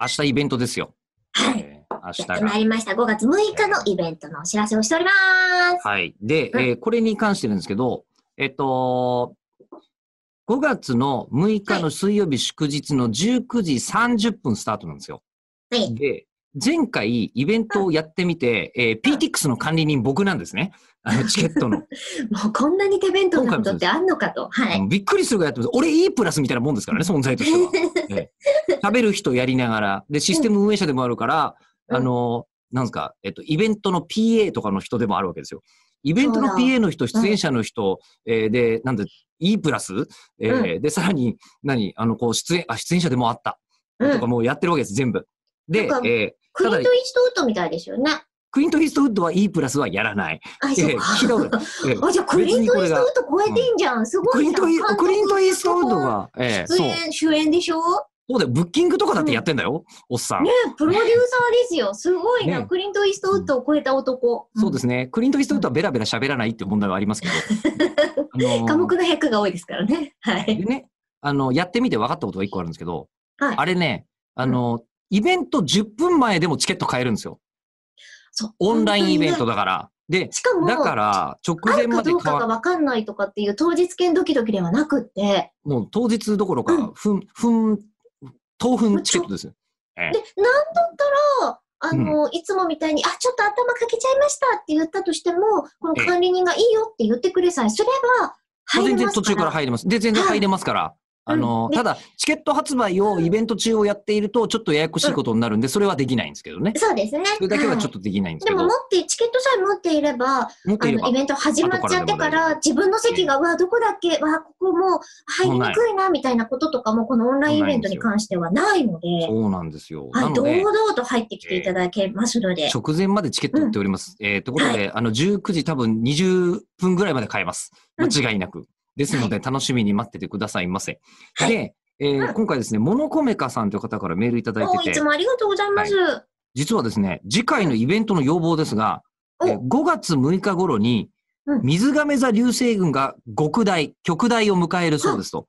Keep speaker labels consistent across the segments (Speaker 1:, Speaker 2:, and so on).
Speaker 1: 明日イベントですよ。
Speaker 2: はい。
Speaker 1: えー明
Speaker 2: や
Speaker 1: 日
Speaker 2: っ
Speaker 1: が
Speaker 2: てまいりました。5月6日のイベントのお知らせをしております。
Speaker 1: はい。で、
Speaker 2: うん
Speaker 1: えーこれに関してなんですけど、えっと、5月の6日の水曜日祝日の19時30分スタートなんですよ。
Speaker 2: はい
Speaker 1: で、前回イベントをやってみて、えー、PTX の管理人僕なんですね。あのチケット の。
Speaker 2: もうこんなに手弁当なことってあんのかと。はい。
Speaker 1: びっくりするぐらいやってます。俺 E プラスみたいなもんですからね、存在としては。ええ喋る人やりながら、で、システム運営者でもあるから、
Speaker 2: うん
Speaker 1: あの、なんですか、えっと、イベントの PA とかの人でもあるわけですよ。イベントの
Speaker 2: そうだ
Speaker 1: PA の人、出演者の人、えーで、なんで、E プラス、えーで、さらに、何、あの、こう、出演、あ、出演者でもあった、
Speaker 2: う
Speaker 1: とか
Speaker 2: ん。
Speaker 1: もうやってるわけです、全部。で、え
Speaker 2: なんか
Speaker 1: ー
Speaker 2: クリント・イーストウッドみたいですよね。
Speaker 1: クイント・イーストウッドは E プラスはやらない。
Speaker 2: あ、
Speaker 1: え
Speaker 2: そ
Speaker 1: え
Speaker 2: う
Speaker 1: 聞いたこと
Speaker 2: か。
Speaker 1: えー
Speaker 2: あ、じゃあクリント・イーストウッド超えてんじゃん。すご
Speaker 1: ク
Speaker 2: い
Speaker 1: リン
Speaker 2: じゃん
Speaker 1: ト・イ
Speaker 2: 監督
Speaker 1: クリントイーストウッドが、えー
Speaker 2: 出
Speaker 1: そう。
Speaker 2: 演、主演でしょ
Speaker 1: そうだよ、ブッキングとかだってやってんだよ、おっさん。
Speaker 2: ねプロデューサーですよ。すごいな。
Speaker 1: ね
Speaker 2: クリント・イーストウッドを超えた男。
Speaker 1: そうです
Speaker 2: ね。
Speaker 1: ね。クリント・イーストウッドはベラベラ喋らないっていう問題はあり ますけど。あのー
Speaker 2: 科目の百が多いですからね。は
Speaker 1: で
Speaker 2: い。
Speaker 1: ね、あの、やってみて分かったことが一個あるんですけど、
Speaker 2: はい
Speaker 1: あれね、あの、イベント10分前でもチケット買えるんですよ。
Speaker 2: そう
Speaker 1: オンラインイベントだから。で、
Speaker 2: しかも、
Speaker 1: だから、直
Speaker 2: あ
Speaker 1: 前
Speaker 2: る
Speaker 1: ま
Speaker 2: か
Speaker 1: で
Speaker 2: どう
Speaker 1: 買
Speaker 2: かが
Speaker 1: わ、
Speaker 2: 分かんないとかっていう当日券ドキドキではなくって、
Speaker 1: もう当日どころ
Speaker 2: う
Speaker 1: か、ふん、ふん、当分チケットですよ。え
Speaker 2: で、なんだったら、あの、いつもみたいに、あ、ちょっと頭かけちゃいましたって言ったとしても、この管理人がいいよって言ってくれさえすれば、
Speaker 1: もう
Speaker 2: 入れ
Speaker 1: 全然
Speaker 2: ま
Speaker 1: 途
Speaker 2: すから
Speaker 1: 中から入れます。で、全然入れますから。
Speaker 2: うん
Speaker 1: あの、
Speaker 2: で
Speaker 1: ただ、チケット発売をイベント中をやっていると、ちょっとややこしいことになるんで、それはできないんですけどね。
Speaker 2: そうですね。
Speaker 1: それだけはちょっ
Speaker 2: い
Speaker 1: とできないんです
Speaker 2: で
Speaker 1: け
Speaker 2: も
Speaker 1: ど
Speaker 2: 持、って、チケットさえ持っていれば、
Speaker 1: 持って
Speaker 2: あ
Speaker 1: いれ
Speaker 2: の
Speaker 1: ば
Speaker 2: イ。ベント始まっちゃって
Speaker 1: 後かで
Speaker 2: から
Speaker 1: も大
Speaker 2: ら、自分の席が、わあ、どこだっけ、わあ、ここもう入りにくいな、みたいなこととかも、このオンラインイベントに関してはないので、
Speaker 1: そうなんですよ。
Speaker 2: は、
Speaker 1: ないの
Speaker 2: 堂
Speaker 1: で、
Speaker 2: 々と入ってきていただけますので、
Speaker 1: 直前までチケット売っております。えー、ということで、あの、19時多分20分ぐらいまで買えます。
Speaker 2: うん
Speaker 1: 間違いなく。ですので、楽しみに待っててくださいませ。
Speaker 2: はい
Speaker 1: で、えー
Speaker 2: うん
Speaker 1: 今回ですね、モノコメカさんという方からメールいただい
Speaker 2: お
Speaker 1: て
Speaker 2: い
Speaker 1: て
Speaker 2: つ、もありがとうございます。
Speaker 1: 実はですね、次回のイベントの要望ですが、
Speaker 2: お
Speaker 1: えー5月6日頃に
Speaker 2: うん、
Speaker 1: 水亀座流星群が極大、極大を迎えるそうですと。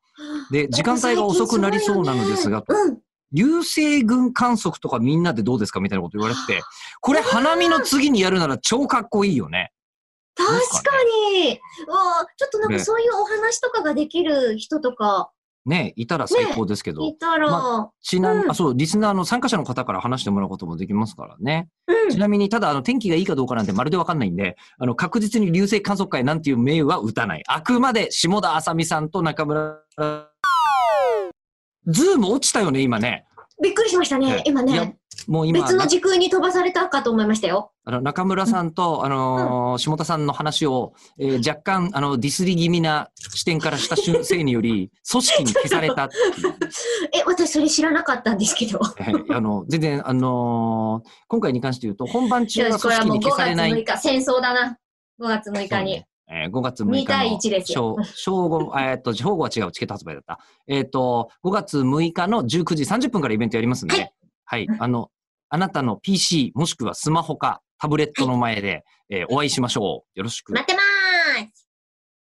Speaker 1: で、時間帯が遅くなりそうなのですが、
Speaker 2: うん。
Speaker 1: 流星群観測とかみんなでどうですかみたいなこと言われてて、これ花見の次にやるなら超かっこいいよね。
Speaker 2: 確かに。うわあちょっとなんか
Speaker 1: ね
Speaker 2: そういうお話とかができる人とか
Speaker 1: ね、いたら最高ですけど。
Speaker 2: いたら、
Speaker 1: ちなみに、
Speaker 2: うん
Speaker 1: あ、そう、リスナーの参加者の方から話してもらうこともできますからね。
Speaker 2: うん
Speaker 1: ち。なみに、ただ、あの、天気がいいかどうかなんてまるでわかんないんで、あの、確実に流星観測会なんていう名は打たない。あくまで下田あさみさんと中村、ズーム落ちたよね、今ね。
Speaker 2: びっくりしましたね
Speaker 1: ね、
Speaker 2: 今
Speaker 1: いや
Speaker 2: ね。
Speaker 1: もう今、
Speaker 2: 別の時空に飛ばされたかと思いましたよ。
Speaker 1: あの中村さんと、あのー下田さんの話を、えー若干あのディスり気味な視点からした瞬生により組織に消されたっていう
Speaker 2: え、私それ知らなかったんですけど。
Speaker 1: えーあの全然、あのー今回に関して言うと本番
Speaker 2: い
Speaker 1: 中
Speaker 2: や
Speaker 1: は
Speaker 2: こ
Speaker 1: 組
Speaker 2: れは
Speaker 1: 織
Speaker 2: もう
Speaker 1: に
Speaker 2: 5
Speaker 1: 消され
Speaker 2: 月
Speaker 1: ない
Speaker 2: 6日、戦争だな。5月6
Speaker 1: そ
Speaker 2: 日に。
Speaker 1: うねえー5月6日の
Speaker 2: 2対1ですよ
Speaker 1: 正正午、えーっと、正午は違う、チケット発売だった。えーっと、5月6日の19時30分からイベントやりますんで、は
Speaker 2: はいい、
Speaker 1: あの、あなたの PC もしくはスマホかタブレットの前で、えーお会いしましょう。よろしく。
Speaker 2: 待ってま